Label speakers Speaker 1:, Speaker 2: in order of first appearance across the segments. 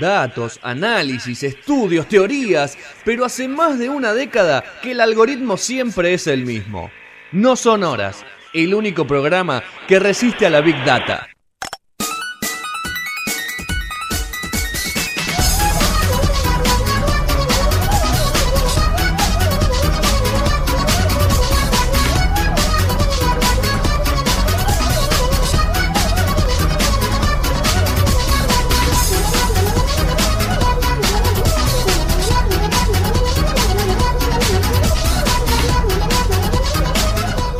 Speaker 1: Datos, análisis, estudios, teorías, pero hace más de una década que el algoritmo siempre es el mismo. No son horas, el único programa que resiste a la Big Data.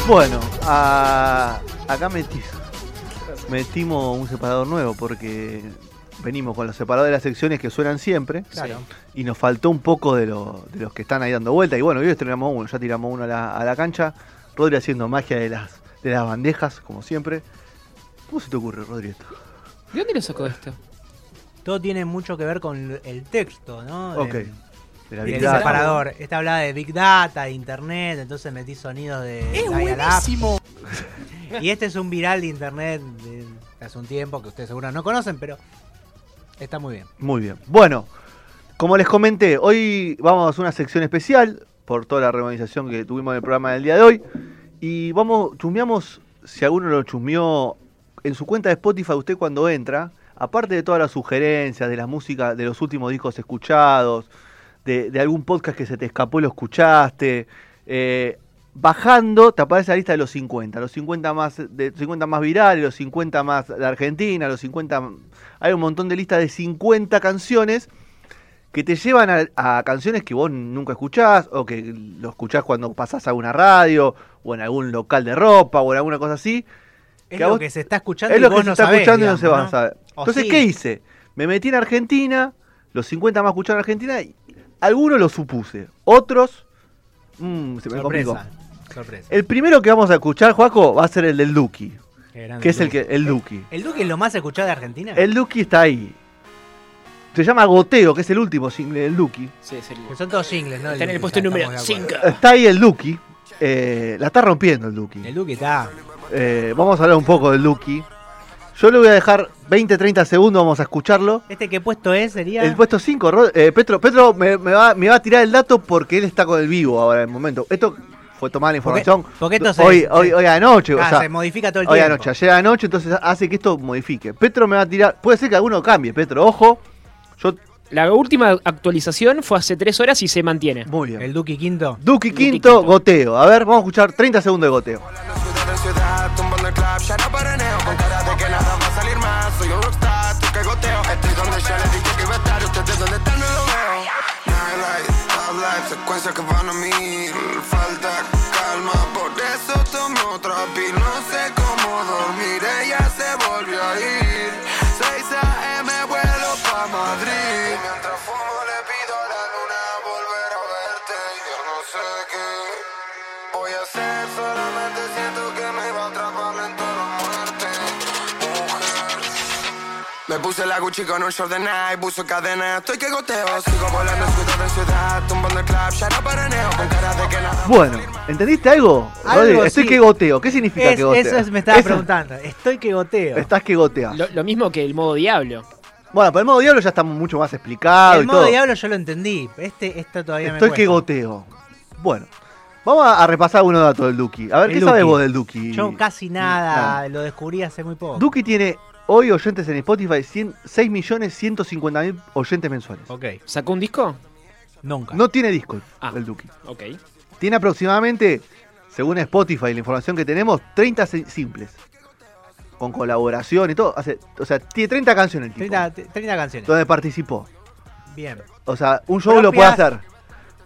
Speaker 2: Bueno, a- acá meti- metimos un separador nuevo porque venimos con los separadores de las secciones que suenan siempre
Speaker 3: Claro.
Speaker 2: y nos faltó un poco de, lo- de los que están ahí dando vuelta. Y bueno, hoy estrenamos uno, ya tiramos uno a la, a la cancha. Rodri haciendo magia de las, de las bandejas, como siempre. ¿Cómo se te ocurre, Rodri, esto?
Speaker 4: ¿De dónde lo sacó esto?
Speaker 3: Todo tiene mucho que ver con el texto, ¿no?
Speaker 2: Ok.
Speaker 3: Del-
Speaker 2: De la
Speaker 3: del
Speaker 2: habilidad.
Speaker 3: separador. Esta hablaba de Big Data, de Internet, entonces metí sonidos de dial-up. Y este es un viral de Internet de hace un tiempo que ustedes seguro no conocen, pero está muy bien.
Speaker 2: Muy bien. Bueno, como les comenté, hoy vamos a una sección especial por toda la reorganización que tuvimos en el programa del día de hoy. Y vamos, chusmeamos, si alguno lo chusmeó, en su cuenta de Spotify, usted cuando entra, aparte de todas las sugerencias, de las músicas, de los últimos discos escuchados, de, de algún podcast que se te escapó y lo escuchaste, eh, bajando te aparece la lista de los 50, los 50 más, de 50 más virales, los 50 más de Argentina, los 50 hay un montón de listas de 50 canciones que te llevan a, a canciones que vos nunca escuchás o que lo escuchás cuando pasás a una radio o en algún local de ropa o en alguna cosa así.
Speaker 3: Es
Speaker 2: Que a
Speaker 3: lo
Speaker 2: vos-
Speaker 3: que se está escuchando
Speaker 2: Es
Speaker 3: y
Speaker 2: lo que
Speaker 3: vos
Speaker 2: se
Speaker 3: no
Speaker 2: está
Speaker 3: sabés,
Speaker 2: escuchando y no
Speaker 3: digamos,
Speaker 2: se va a saber.
Speaker 3: O
Speaker 2: Entonces,
Speaker 3: sí.
Speaker 2: ¿qué hice? Me metí en Argentina, los 50 más escuchados en Argentina, y algunos los supuse, otros... mm, se me complicó.
Speaker 3: Sorpresa. Sorpresa.
Speaker 2: El primero que vamos a escuchar, Juaco, va a ser el del Duki,
Speaker 3: Qué grande
Speaker 2: que es el
Speaker 3: Duki.
Speaker 2: que el Duki.
Speaker 3: ¿El Duque es lo más escuchado de Argentina?
Speaker 2: El Duki está ahí. Se llama Goteo, que es el último single del Duki.
Speaker 4: Sí, es el...
Speaker 3: Que son todos jingles, ¿no?
Speaker 4: Está en el
Speaker 3: Duki,
Speaker 4: puesto
Speaker 3: ya
Speaker 4: número
Speaker 3: estamos de
Speaker 4: 5.
Speaker 3: acuerdo.
Speaker 2: Está ahí el Duki. eh, la está rompiendo el Duki.
Speaker 3: El Duque está.
Speaker 2: Eh, vamos a hablar un poco del Duki. Yo le voy a dejar 20-30 segundos, vamos a escucharlo.
Speaker 3: ¿Este qué puesto es? Sería.
Speaker 2: El puesto 5, Petro, Petro me, me va, me va a tirar el dato porque él está con el vivo ahora en el momento. Esto fue tomada la
Speaker 3: Porque-
Speaker 2: información
Speaker 3: Porque esto se-
Speaker 2: hoy,
Speaker 3: se-
Speaker 2: hoy, hoy anoche. o
Speaker 3: Ah,
Speaker 2: sea,
Speaker 3: se modifica todo el
Speaker 2: hoy
Speaker 3: tiempo.
Speaker 2: anoche, ayer anoche, entonces hace que esto modifique. Petro me va a tirar. Puede ser que alguno cambie, Petro, ojo. Yo,
Speaker 4: La última actualización fue hace tres horas y se mantiene.
Speaker 2: muy bien.
Speaker 3: El Duque quinto.
Speaker 2: Duki
Speaker 4: Duki
Speaker 2: Quinto,
Speaker 4: Quinto.
Speaker 2: goteo. A ver, vamos a escuchar 30 segundos de goteo.
Speaker 5: ciudad en ciudad, tumbando el club, ya no paraneo Con cara de que nada va a salir más, soy un rockstar, tú que goteo Estoy donde ya les dije que iba a estar, ustedes donde están no lo veo Nightlife, top life, secuencias que van a mil Falta calma, por eso tomé otra pil No sé cómo dormir, ella se volvió a ir 6 AM vuelo pa' Madrid Y Mientras fumo le pido a la luna volver a verte Yo no sé qué Voy a hacer solamente siento que me va a atrapar en toda muerte. Mujer. Me puse la Gucci con un short de Nike, puso cadena, estoy que goteo. Sigo volando ciudad en ciudad, tumbando el club, ya no paraneo. Con cara de que nada.
Speaker 2: Bueno, ¿entendiste algo?
Speaker 3: Algo,
Speaker 2: Rodri? estoy
Speaker 3: sí.
Speaker 2: que goteo. ¿Qué significa
Speaker 3: Es-
Speaker 2: que goteo?
Speaker 3: eso es- me estaba
Speaker 2: Eso-
Speaker 3: preguntando. Estoy que goteo.
Speaker 2: Estás que gotea.
Speaker 4: Lo, lo mismo que el modo diablo.
Speaker 2: Bueno, pero el modo diablo ya está mucho más explicado
Speaker 3: el
Speaker 2: y
Speaker 3: modo
Speaker 2: todo.
Speaker 3: diablo yo lo entendí. Este, esto todavía me
Speaker 2: Estoy que
Speaker 3: cuesta.
Speaker 2: goteo. Bueno, vamos a, a repasar algunos datos del Duki. A ver,
Speaker 3: El
Speaker 2: ¿qué
Speaker 3: Duki.
Speaker 2: sabes vos del Duki?
Speaker 3: Yo casi nada, lo descubrí hace muy poco.
Speaker 2: Duki tiene hoy oyentes en Spotify 100 6.150.000 oyentes mensuales.
Speaker 3: Ok,
Speaker 4: ¿Sacó un disco?
Speaker 3: nunca.
Speaker 2: No tiene disco
Speaker 4: Ah.
Speaker 2: el Duki.
Speaker 4: Ok.
Speaker 2: Tiene aproximadamente, según Spotify, la información que tenemos, 30 si- simples. Con colaboración y todo. Hace- o sea, tiene 30 canciones el tipo.
Speaker 3: 30, 30 canciones.
Speaker 2: Donde participó.
Speaker 3: Bien.
Speaker 2: O sea, un show lo puede
Speaker 3: Propias.
Speaker 2: hacer.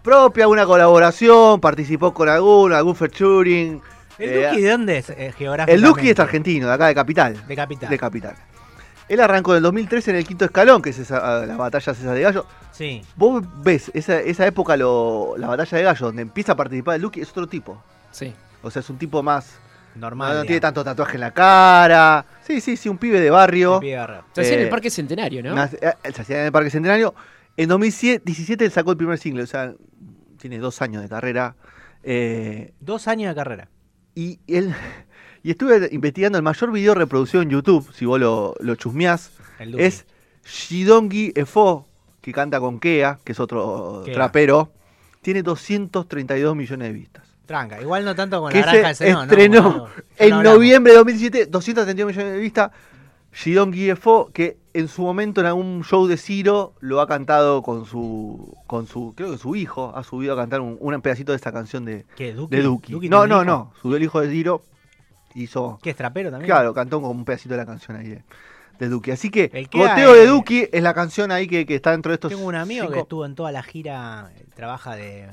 Speaker 2: Propia, una colaboración, participó con alguno, algún featuring.
Speaker 3: ¿El
Speaker 2: Eh,
Speaker 3: Duki de dónde es eh, geográficamente?
Speaker 2: El Duki es argentino, de acá de Capital.
Speaker 3: De capital.
Speaker 2: De Capital. Él arrancó en el 2013 en el quinto escalón, que es esa, ah, la batalla César de Gallo.
Speaker 3: sí.
Speaker 2: Vos ves esa, esa época, lo, la batalla de Gallo, donde empieza a participar el Duki, es otro tipo.
Speaker 4: Sí.
Speaker 2: O sea, es un tipo más...
Speaker 3: Normal.
Speaker 2: No, no tiene
Speaker 3: digamos.
Speaker 2: tanto tatuaje en la cara. Sí, sí, sí, un pibe de barrio.
Speaker 3: El pibe barrio.
Speaker 4: Se hacía en
Speaker 2: Eh,
Speaker 4: el Parque Centenario, ¿no?
Speaker 2: Nace- eh, Se hacía en el Parque Centenario. En 2017 él sacó el primer single, o sea, tiene dos años de carrera. Eh,
Speaker 3: Dos años de carrera.
Speaker 2: y él. Y estuve investigando el mayor video reproducido en YouTube, si vos lo, lo chusmeás,
Speaker 3: El Duki.
Speaker 2: es Shidongi Efo, que canta con Kea, que es otro
Speaker 3: Kea.
Speaker 2: trapero, tiene 232 millones de vistas.
Speaker 3: Tranca, igual no tanto con
Speaker 2: que
Speaker 3: la granja
Speaker 2: se
Speaker 3: de Zenón, ¿no?
Speaker 2: estrenó
Speaker 3: Como lo- ya lo
Speaker 2: en
Speaker 3: hablamos.
Speaker 2: noviembre de 2017, 232 millones de vistas. Gidon Guillefo, que en su momento en algún show de Ciro lo ha cantado con su, con su creo que su hijo, ha subido a cantar un, un pedacito de esta canción de,
Speaker 3: ¿Qué, Duki?
Speaker 2: de Duki.
Speaker 3: ¿Duki
Speaker 2: No,
Speaker 3: tiene
Speaker 2: no,
Speaker 3: hijo?
Speaker 2: no, subió el hijo de Ciro, hizo...
Speaker 3: ¿Qué es trapero también?
Speaker 2: Claro, cantó con un pedacito de la canción ahí de, de Duki. Así que,
Speaker 3: El que
Speaker 2: Goteo
Speaker 3: hay-
Speaker 2: de Duki es la canción ahí que, que está dentro de estos
Speaker 3: Tengo un amigo que
Speaker 2: cinco-
Speaker 3: estuvo en toda la gira, eh, trabaja de,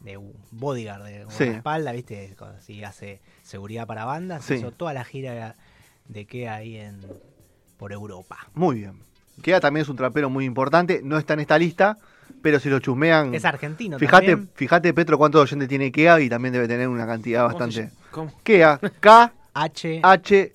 Speaker 3: de bodyguard, de con
Speaker 2: Sí.
Speaker 3: la espalda, ¿viste? Con- Así hace seguridad para bandas.
Speaker 2: Sí.
Speaker 3: Hizo toda la gira de que ahí en por Europa.
Speaker 2: Muy bien. Queda también es un trapero muy importante, no está en esta lista, pero si lo chusmean...
Speaker 3: Es argentino
Speaker 2: Fíjate,
Speaker 3: también.
Speaker 2: fíjate, Petro, cuántos oyentes tiene KEA y también debe tener una cantidad bastante.
Speaker 4: ¿Cómo?
Speaker 2: KEA, E K-H-E-A.
Speaker 3: H.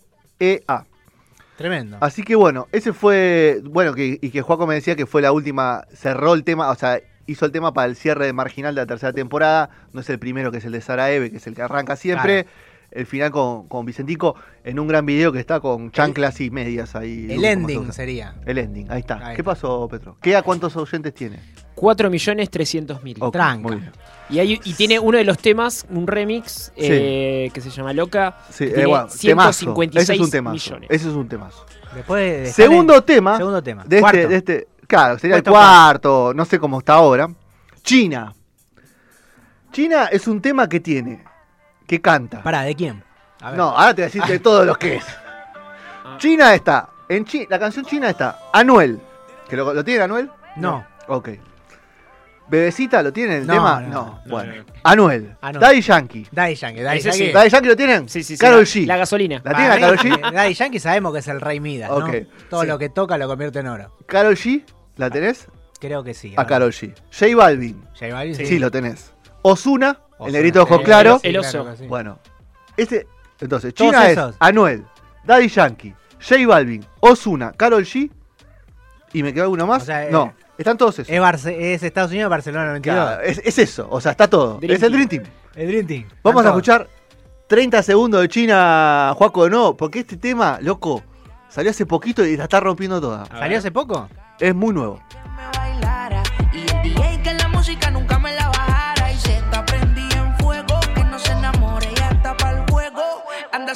Speaker 3: Tremendo.
Speaker 2: Ah, Así que bueno, ese fue. Bueno, que, y que Juaco me decía que fue la última. Cerró el tema, o sea, hizo el tema para el cierre de marginal de la tercera temporada. No es el primero, que es el de Sara Eve, que es el que arranca siempre. El final con, con Vicentico en un gran video que está con chanclas y medias ahí. Luco,
Speaker 3: El
Speaker 2: como se
Speaker 3: ending
Speaker 2: usa.
Speaker 3: sería.
Speaker 2: El ending, ahí está.
Speaker 3: Ahí
Speaker 2: ¿Qué
Speaker 3: está.
Speaker 2: pasó, Petro? ¿KEA cuántos oyentes tiene?
Speaker 4: 4.300.000.
Speaker 2: Ok,
Speaker 3: Tranca.
Speaker 2: muy bien.
Speaker 4: Y, hay- y tiene uno de los temas, un remix, eh, que se llama Loca.
Speaker 2: Sí,
Speaker 4: que
Speaker 2: eh,
Speaker 4: tiene
Speaker 2: bueno, temazo.
Speaker 4: 156
Speaker 2: Ese es un temazo.
Speaker 4: millones.
Speaker 2: Ese es un temazo.
Speaker 3: Después de- de
Speaker 2: Segundo
Speaker 3: estar en-
Speaker 2: tema.
Speaker 3: Segundo tema.
Speaker 2: De
Speaker 3: Cuarto.
Speaker 2: este, de este- claro, sería
Speaker 3: Cuarto,
Speaker 2: el cuarto, no sé cómo está ahora. China. China es un tema que tiene, que canta.
Speaker 3: Pará, ¿de quién? A ver.
Speaker 2: No, ahora te voy a decir de todos los que es. China está, en Chi- la canción China está, Anuel. ¿Que lo, lo tiene Anuel?
Speaker 3: No.
Speaker 2: Ok. ¿Bebecita lo tiene el
Speaker 3: No,
Speaker 2: tema?
Speaker 3: no,
Speaker 2: No,
Speaker 3: no,
Speaker 2: bueno.
Speaker 4: no.
Speaker 2: Anuel.
Speaker 3: Anuel.
Speaker 2: Daddy Yankee.
Speaker 3: Daddy Yankee, Daddy
Speaker 4: Ese sí.
Speaker 3: Yankee.
Speaker 2: ¿Daddy Yankee lo tienen?
Speaker 4: Sí, sí, sí.
Speaker 2: Carol
Speaker 4: la,
Speaker 2: G.
Speaker 4: la gasolina.
Speaker 2: ¿La tiene
Speaker 3: Para
Speaker 2: la Karol
Speaker 3: mí,
Speaker 2: G?
Speaker 3: eh, Daddy Yankee sabemos que es el rey Midas, ¿no?
Speaker 2: Ok.
Speaker 3: Todo
Speaker 4: Sí.
Speaker 3: lo que toca lo convierte en oro.
Speaker 2: Carol G, ¿la tenés?
Speaker 3: Creo que sí.
Speaker 2: A Carol G. J Balvin.
Speaker 3: J Balvin,
Speaker 2: Sí, lo tenés. Osuna, el negrito de
Speaker 4: Ozuna,
Speaker 2: ojos
Speaker 4: sí,
Speaker 2: claros.
Speaker 4: sí, El oso.
Speaker 3: claro que sí.
Speaker 2: Bueno, este, entonces,
Speaker 3: Todos
Speaker 2: China es
Speaker 3: esos.
Speaker 2: Anuel, Daddy Yankee, J Balvin, Osuna, Carol G. ¿Y me queda uno más?
Speaker 3: O sea, eh,
Speaker 2: no, están todos esos.
Speaker 3: Es, Barce- es Estados Unidos, Barcelona 92.
Speaker 2: Claro, es, es eso, o sea, está todo.
Speaker 4: Dream
Speaker 2: es el
Speaker 4: Team.
Speaker 2: Dream Team.
Speaker 3: El Dream Team.
Speaker 2: Vamos a
Speaker 3: Están todos.
Speaker 2: escuchar 30 segundos de China, Juaco, no, porque este tema, loco, salió hace poquito y la está rompiendo toda.
Speaker 4: A
Speaker 3: ¿Salió
Speaker 4: ver.
Speaker 3: hace poco?
Speaker 2: Es muy nuevo.
Speaker 6: me bailara Y el DJ que la música nunca me la bajara Y se está prendí en fuego Que no se enamore y hasta para el juego Anda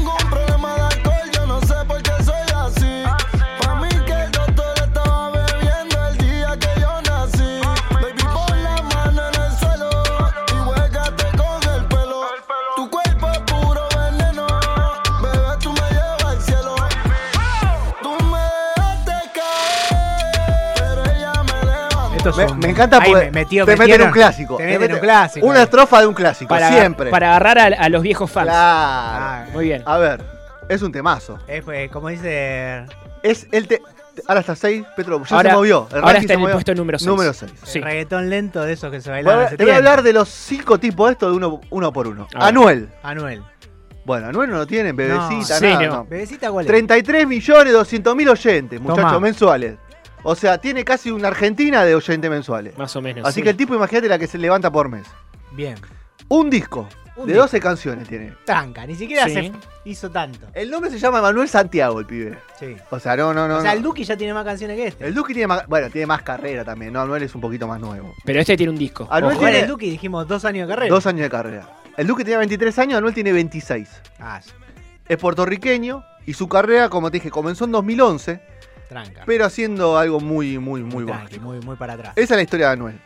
Speaker 5: un problema de alcohol, yo no sé por qué soy así. Pa' mí que el doctor estaba bebiendo el día que yo nací. Baby, pon la mano en el suelo y huégate con el pelo. Tu cuerpo es puro veneno, bebé, tú me llevas al cielo. Tú me dejaste caer, pero ella me levantó.
Speaker 3: Esto es
Speaker 2: Me,
Speaker 3: un-
Speaker 2: me encanta
Speaker 3: Ahí
Speaker 2: porque
Speaker 3: me metió-
Speaker 2: te meten
Speaker 3: metieron-
Speaker 2: un clásico.
Speaker 3: Te
Speaker 2: te
Speaker 3: meten un
Speaker 2: meten
Speaker 3: clásico.
Speaker 2: Una estrofa de un clásico,
Speaker 4: Para,
Speaker 2: siempre.
Speaker 4: para agarrar a, a los viejos fans. Ah,
Speaker 2: Claro. Ah,
Speaker 4: Muy bien.
Speaker 2: A ver, es un temazo.
Speaker 3: Es, eh, como dice
Speaker 2: Es el te- ahora está 6, Petro. Ya
Speaker 4: Ahora-
Speaker 2: se movió.
Speaker 4: ahora
Speaker 2: ranking
Speaker 4: está
Speaker 2: se
Speaker 4: en el
Speaker 2: movió.
Speaker 4: puesto número seis.
Speaker 2: Número 6.
Speaker 3: el
Speaker 4: Sí.
Speaker 3: reggaetón lento de esos que se bailan
Speaker 2: Bueno,
Speaker 3: hace
Speaker 2: te voy a
Speaker 3: tiempo.
Speaker 2: hablar de los cinco tipos de esto de uno, uno por uno.
Speaker 4: A ver.
Speaker 2: Anuel.
Speaker 3: Anuel.
Speaker 2: Bueno, Anuel no lo tienen, bebecita,
Speaker 4: sí,
Speaker 2: nada.
Speaker 4: no.
Speaker 2: no.
Speaker 3: ¿Bebecita cuál es?
Speaker 2: 33 millones 200 mil oyentes, muchachos,
Speaker 3: Tomá.
Speaker 2: mensuales. O sea, tiene casi una Argentina de oyentes mensuales.
Speaker 4: Más o menos.
Speaker 2: Así
Speaker 4: sí.
Speaker 2: que el tipo, imagínate la que se levanta por mes.
Speaker 3: Bien.
Speaker 2: Un disco
Speaker 3: Un
Speaker 2: de
Speaker 3: disco.
Speaker 2: 12 canciones tiene.
Speaker 3: Tranca, ni siquiera
Speaker 4: Sí.
Speaker 3: se hizo tanto.
Speaker 2: El nombre se llama Manuel Santiago, el pibe.
Speaker 3: Sí.
Speaker 2: O sea, no, Eh, no, no.
Speaker 3: O sea,
Speaker 2: no.
Speaker 3: el Duki ya tiene más canciones que este.
Speaker 2: El Duque tiene más, bueno, tiene más carrera también, ¿no? Anuel es un poquito más nuevo.
Speaker 4: Pero este tiene un disco.
Speaker 2: Anuel
Speaker 3: Ojo,
Speaker 2: tiene
Speaker 3: el Duki dijimos dos años de carrera.
Speaker 2: dos años de carrera. El Duque tenía 23 años, Anuel tiene 26.
Speaker 3: Ah, sí.
Speaker 2: Es puertorriqueño y su carrera, como te dije, comenzó en 2011,
Speaker 3: tranca.
Speaker 2: pero haciendo algo muy, muy, muy bueno. Eh,
Speaker 3: Tranqui, muy, muy para atrás.
Speaker 2: Esa es la historia de Anuel.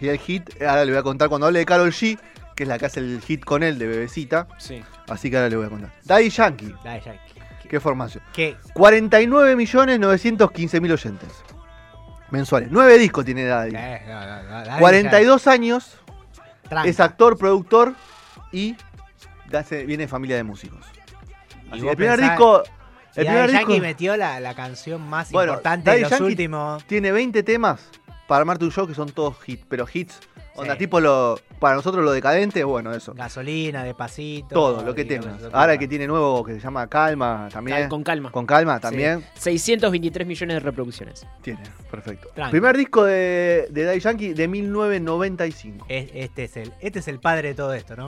Speaker 2: Y el hit, ahora le voy a contar cuando hable de Carol G, que es la que hace el hit con él de Bebecita,
Speaker 4: Sí.
Speaker 2: así que ahora le voy a contar. Daddy Yankee,
Speaker 3: Dale, ya.
Speaker 2: qué formación.
Speaker 3: ¿Qué?
Speaker 2: 49.915.000 oyentes mensuales. Nueve discos tiene Daddy.
Speaker 3: Eh, no, no, no, dale,
Speaker 2: 42 años,
Speaker 3: ya. Tranca.
Speaker 2: es actor, productor y hace- viene de familia de músicos. Así que
Speaker 3: vos
Speaker 2: el primer
Speaker 3: pensás-
Speaker 2: disco,
Speaker 3: El
Speaker 2: el primer
Speaker 3: Yankee
Speaker 2: disco
Speaker 3: metió la, la canción más
Speaker 2: Bueno,
Speaker 3: importante
Speaker 2: Daddy
Speaker 3: de los
Speaker 2: Yankee-
Speaker 3: últimos.
Speaker 2: tiene 20 temas para armarte un show que son todos hits, pero hits. Onda,
Speaker 3: Sí.
Speaker 2: tipo lo. Para nosotros lo decadente, bueno, eso.
Speaker 3: Gasolina, de pasito.
Speaker 2: Todo, lo que
Speaker 3: y
Speaker 2: tengas.
Speaker 3: lo
Speaker 2: Ahora el que tiene nuevo que se llama Calma también.
Speaker 4: Cal- con calma.
Speaker 2: Con calma también.
Speaker 4: Sí. 623 millones de reproducciones.
Speaker 2: Tiene, perfecto.
Speaker 3: Tranqui.
Speaker 2: Primer disco de, de Daddy Yankee de 1995.
Speaker 3: Es- este, es el, este es el padre de todo esto, ¿no?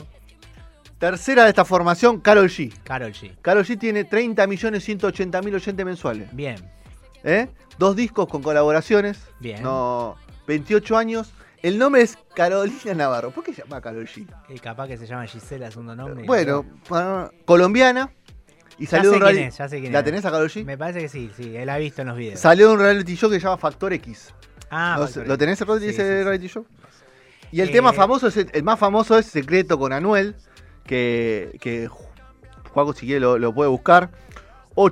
Speaker 2: Tercera de esta formación, Carol G.
Speaker 3: Carol G.
Speaker 2: Carol G tiene 30.180.000 oyentes mensuales.
Speaker 3: Bien.
Speaker 2: ¿eh? Dos discos con colaboraciones.
Speaker 3: Bien.
Speaker 2: No, 28 años. El nombre es Carolina Navarro. ¿Por qué se llama Carol G?
Speaker 3: Y capaz que se llama Gisela, segundo nombre.
Speaker 2: Bueno, para- colombiana. Y
Speaker 3: ya
Speaker 2: salió de
Speaker 3: sé
Speaker 2: un reality.
Speaker 3: quién es, ya sé quién
Speaker 2: ¿La
Speaker 3: es.
Speaker 2: tenés a Carol G?
Speaker 3: Me parece que sí, sí, él ha visto en los videos.
Speaker 2: Salió de un reality show que se llama Factor X.
Speaker 3: ah,
Speaker 2: No
Speaker 3: vale,
Speaker 2: sé,
Speaker 3: vale.
Speaker 2: ¿Lo tenés el reality,
Speaker 3: Sí,
Speaker 2: ese
Speaker 3: sí, sí.
Speaker 2: reality show? Y el
Speaker 3: Eh,
Speaker 2: tema famoso, es el, el más famoso es Secreto con Anuel, que, que Ju- Juaco si quiere lo, lo puede buscar.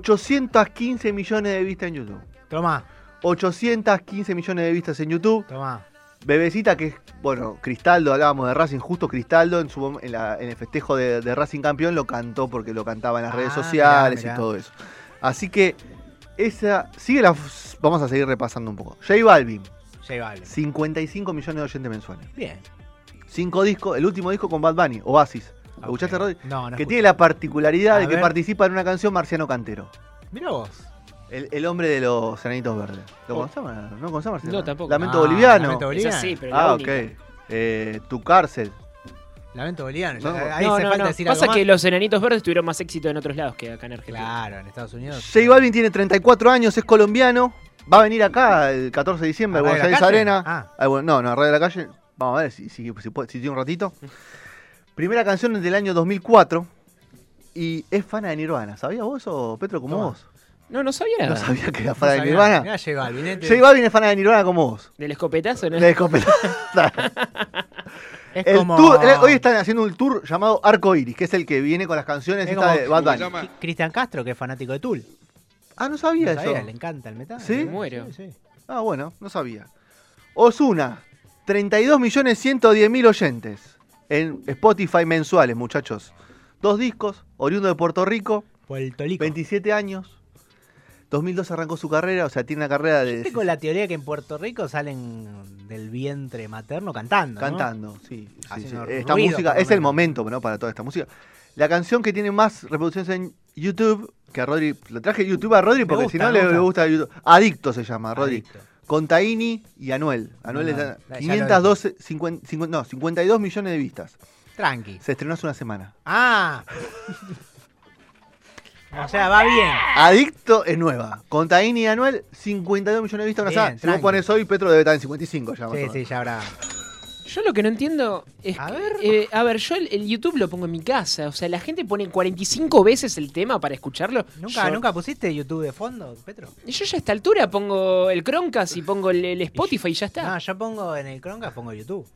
Speaker 2: 815 millones de vistas en YouTube.
Speaker 3: Tomá,
Speaker 2: 815 millones de vistas en YouTube.
Speaker 3: tomá.
Speaker 2: Bebecita, que es, bueno, Cristaldo, hablábamos de Racing, justo Cristaldo en, su, mom- en, la- en el festejo de, de Racing Campeón lo cantó porque lo cantaba en las
Speaker 3: Ah,
Speaker 2: redes
Speaker 3: mirá,
Speaker 2: sociales
Speaker 3: mirá.
Speaker 2: y todo eso. Así que esa sigue la, vamos a seguir repasando un poco. J Balvin,
Speaker 3: J Balvin.
Speaker 2: 55 millones de oyentes mensuales.
Speaker 3: Bien.
Speaker 2: Cinco discos, el último disco con Bad Bunny, Oasis. ¿Lo escuchaste,
Speaker 3: Ok.
Speaker 2: Rodri?
Speaker 3: No, no.
Speaker 2: que
Speaker 3: escuché.
Speaker 2: tiene la particularidad
Speaker 3: A
Speaker 2: de que
Speaker 3: ver.
Speaker 2: participa en una canción Marciano Cantero.
Speaker 3: Mirá vos.
Speaker 2: El, el hombre de los enanitos verdes. ¿Lo
Speaker 4: Oh.
Speaker 2: conocés, Mar- ¿No conocés, Marciano?
Speaker 4: No, tampoco.
Speaker 2: Lamento
Speaker 3: Ah,
Speaker 2: boliviano.
Speaker 3: Lamento
Speaker 4: Esa
Speaker 3: boliviano.
Speaker 4: sí, pero la
Speaker 2: Ah, ok.
Speaker 4: única.
Speaker 2: Eh, tu cárcel.
Speaker 3: Lamento boliviano. ya-
Speaker 2: No,
Speaker 3: ahí
Speaker 4: no,
Speaker 3: se
Speaker 4: no,
Speaker 3: falta
Speaker 4: no.
Speaker 3: decir
Speaker 4: Pasa
Speaker 3: algo
Speaker 4: que
Speaker 3: más.
Speaker 4: los enanitos verdes tuvieron más éxito en otros lados que acá en Argentina.
Speaker 3: Claro, en Estados Unidos.
Speaker 2: J Balvin tiene 34 años, es colombiano. Va a venir acá el 14 de diciembre a
Speaker 3: ¿A Radio
Speaker 2: Buenos
Speaker 3: de la
Speaker 2: Aires
Speaker 3: Calle?
Speaker 2: Arena.
Speaker 3: Ah.
Speaker 2: Ah, bueno, no, no, a Radio de la Calle. Vamos a ver si, si- si puede- si tiene un ratito. Primera canción es del año 2004. Y es fana de Nirvana. ¿Sabías vos eso, Petro, como
Speaker 3: Toma. Eh.
Speaker 2: vos?
Speaker 4: No, no sabía nada.
Speaker 2: No sabía que era
Speaker 3: No
Speaker 2: fana de
Speaker 3: sabía.
Speaker 2: Nirvana.
Speaker 3: Mirá J Balvin. este-
Speaker 2: J Balvin es fana de Nirvana como vos.
Speaker 4: ¿Del escopetazo? No?
Speaker 2: Le descopeta-
Speaker 3: es
Speaker 2: El
Speaker 3: como...
Speaker 2: tour- el- hoy están haciendo un tour llamado Arco Iris, que es el que viene con las canciones
Speaker 3: Es
Speaker 2: estas
Speaker 3: como-
Speaker 2: de Bad Bunny.
Speaker 7: ¿Cómo se llama?
Speaker 3: Cristian Castro, que es fanático de Tool.
Speaker 2: Ah, no
Speaker 3: No
Speaker 2: sabía,
Speaker 3: sabía,
Speaker 2: eso.
Speaker 3: le encanta el metal.
Speaker 2: ¿Sí?
Speaker 3: ¿verdad?
Speaker 4: Muero.
Speaker 3: Sí, sí.
Speaker 2: Ah, bueno, no sabía. Osuna, 32.110.000 oyentes en Spotify mensuales, muchachos. Dos discos, oriundo de Puerto Rico,
Speaker 3: Puerto Rico.
Speaker 2: 27 años. 2002 arrancó su carrera, o sea, tiene una carrera de...
Speaker 3: Viste con la teoría que en Puerto Rico salen del vientre materno cantando. ¿no? Ah,
Speaker 2: Cantando, sí. sí,
Speaker 3: Haciendo
Speaker 2: sí. Esta
Speaker 3: ruido,
Speaker 2: música
Speaker 3: por lo
Speaker 2: es el
Speaker 3: menos.
Speaker 2: momento ¿no? para toda esta música. La canción que tiene más reproducciones en YouTube, que a Rodri... Lo traje YouTube a Rodri
Speaker 3: Me
Speaker 2: porque
Speaker 3: gusta,
Speaker 2: si no
Speaker 3: me
Speaker 2: le
Speaker 3: gusta.
Speaker 2: le gusta YouTube. Adicto se
Speaker 3: Ah,
Speaker 2: llama, Rodri.
Speaker 3: Adicto.
Speaker 2: con Taini y Anuel. Anuel
Speaker 3: No,
Speaker 2: es
Speaker 3: no, ya lo
Speaker 2: 512, 50, 50, no, 52 millones de vistas.
Speaker 3: Tranqui.
Speaker 2: Se estrenó hace una semana.
Speaker 3: Ah. o sea, va bien.
Speaker 2: Adicto es nueva. Con Taini y Anuel, 52 millones de vistas. una
Speaker 3: Bien,
Speaker 2: semana. si vos
Speaker 3: tranqui.
Speaker 2: pones hoy, Petro debe estar en 55 ya. más o
Speaker 3: Sí,
Speaker 2: menos.
Speaker 3: sí, ya habrá.
Speaker 4: Yo lo que no entiendo es.
Speaker 3: A
Speaker 4: que-
Speaker 3: ver.
Speaker 4: eh, a ver, yo el, el YouTube lo pongo en mi casa. O sea, la gente pone 45 veces el tema para escucharlo.
Speaker 3: ¿Nunca,
Speaker 4: yo,
Speaker 3: ¿Nunca pusiste YouTube de fondo, Petro?
Speaker 4: Yo ya a esta altura pongo el Chromecast y pongo el, el Spotify y ya está.
Speaker 3: No, yo pongo en el Chromecast, pongo YouTube.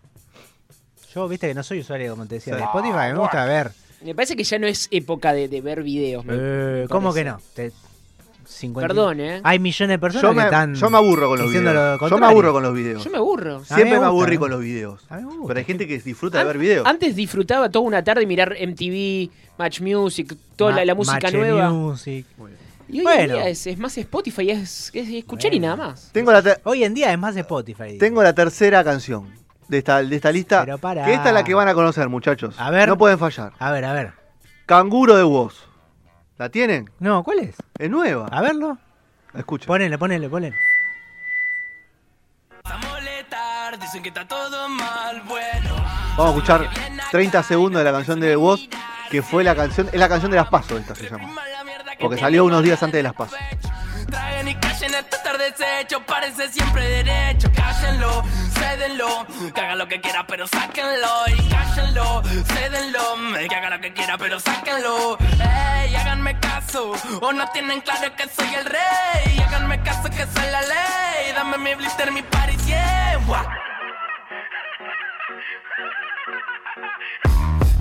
Speaker 3: Yo, viste que no soy usuario, como te decía, de Spotify, me gusta ver.
Speaker 2: Ah,
Speaker 4: Me parece que ya no es época de, de ver videos. me-
Speaker 3: Eh,
Speaker 4: me
Speaker 3: ¿Cómo
Speaker 4: parece.
Speaker 3: que no? Te- 50
Speaker 4: Perdón, ¿eh?
Speaker 3: Hay millones de personas
Speaker 2: Yo
Speaker 3: que
Speaker 2: me,
Speaker 3: están.
Speaker 2: yo me aburro con los
Speaker 3: diciendo lo
Speaker 2: videos. Yo me
Speaker 3: contrario.
Speaker 2: aburro con los videos.
Speaker 4: Yo me aburro.
Speaker 3: A mí me
Speaker 2: Siempre me
Speaker 3: gusta,
Speaker 2: aburrí
Speaker 3: ¿no?
Speaker 2: con los videos.
Speaker 3: A mí me gusta.
Speaker 2: Pero hay gente que disfruta de
Speaker 4: An-
Speaker 2: ver videos.
Speaker 4: Antes disfrutaba toda una tarde mirar MTV, Match Music, toda la, la
Speaker 3: Ma-
Speaker 4: música
Speaker 3: Mache
Speaker 4: nueva.
Speaker 3: Music.
Speaker 4: Y hoy en
Speaker 3: Bueno.
Speaker 4: día es, es más Spotify, es, es escuchar y
Speaker 3: Bueno.
Speaker 4: nada más.
Speaker 2: Tengo la, ter-
Speaker 3: Hoy en día es más Spotify.
Speaker 2: tengo la tercera canción de esta, de esta lista.
Speaker 3: Pero pará.
Speaker 2: Que esta es la que van a conocer, muchachos.
Speaker 3: A ver.
Speaker 2: No pueden fallar.
Speaker 3: A ver, a ver.
Speaker 2: Canguro de Woz. ¿La tienen?
Speaker 3: No, ¿cuál es?
Speaker 2: Es nueva.
Speaker 3: A verlo.
Speaker 2: Escucha.
Speaker 3: Ponele, ponele, ponele.
Speaker 6: A molestar, dicen que está todo mal, bueno.
Speaker 2: Vamos a escuchar 30 segundos de la canción de Woz, que fue la canción, es la canción de las pasos esta se llama.
Speaker 6: La mierda que
Speaker 2: Porque salió unos días antes de las pasos.
Speaker 6: Traguen y callen hasta estar deshecho, este parece siempre derecho. Cállenlo, cédenlo, que haga lo que quiera, pero sáquenlo. Y cállenlo, cédenlo, que haga lo que quiera, pero sáquenlo. Ey, háganme caso, o no tienen claro que soy el rey. Háganme caso que soy la ley, dame mi blister, mi paris, yeah. Guau.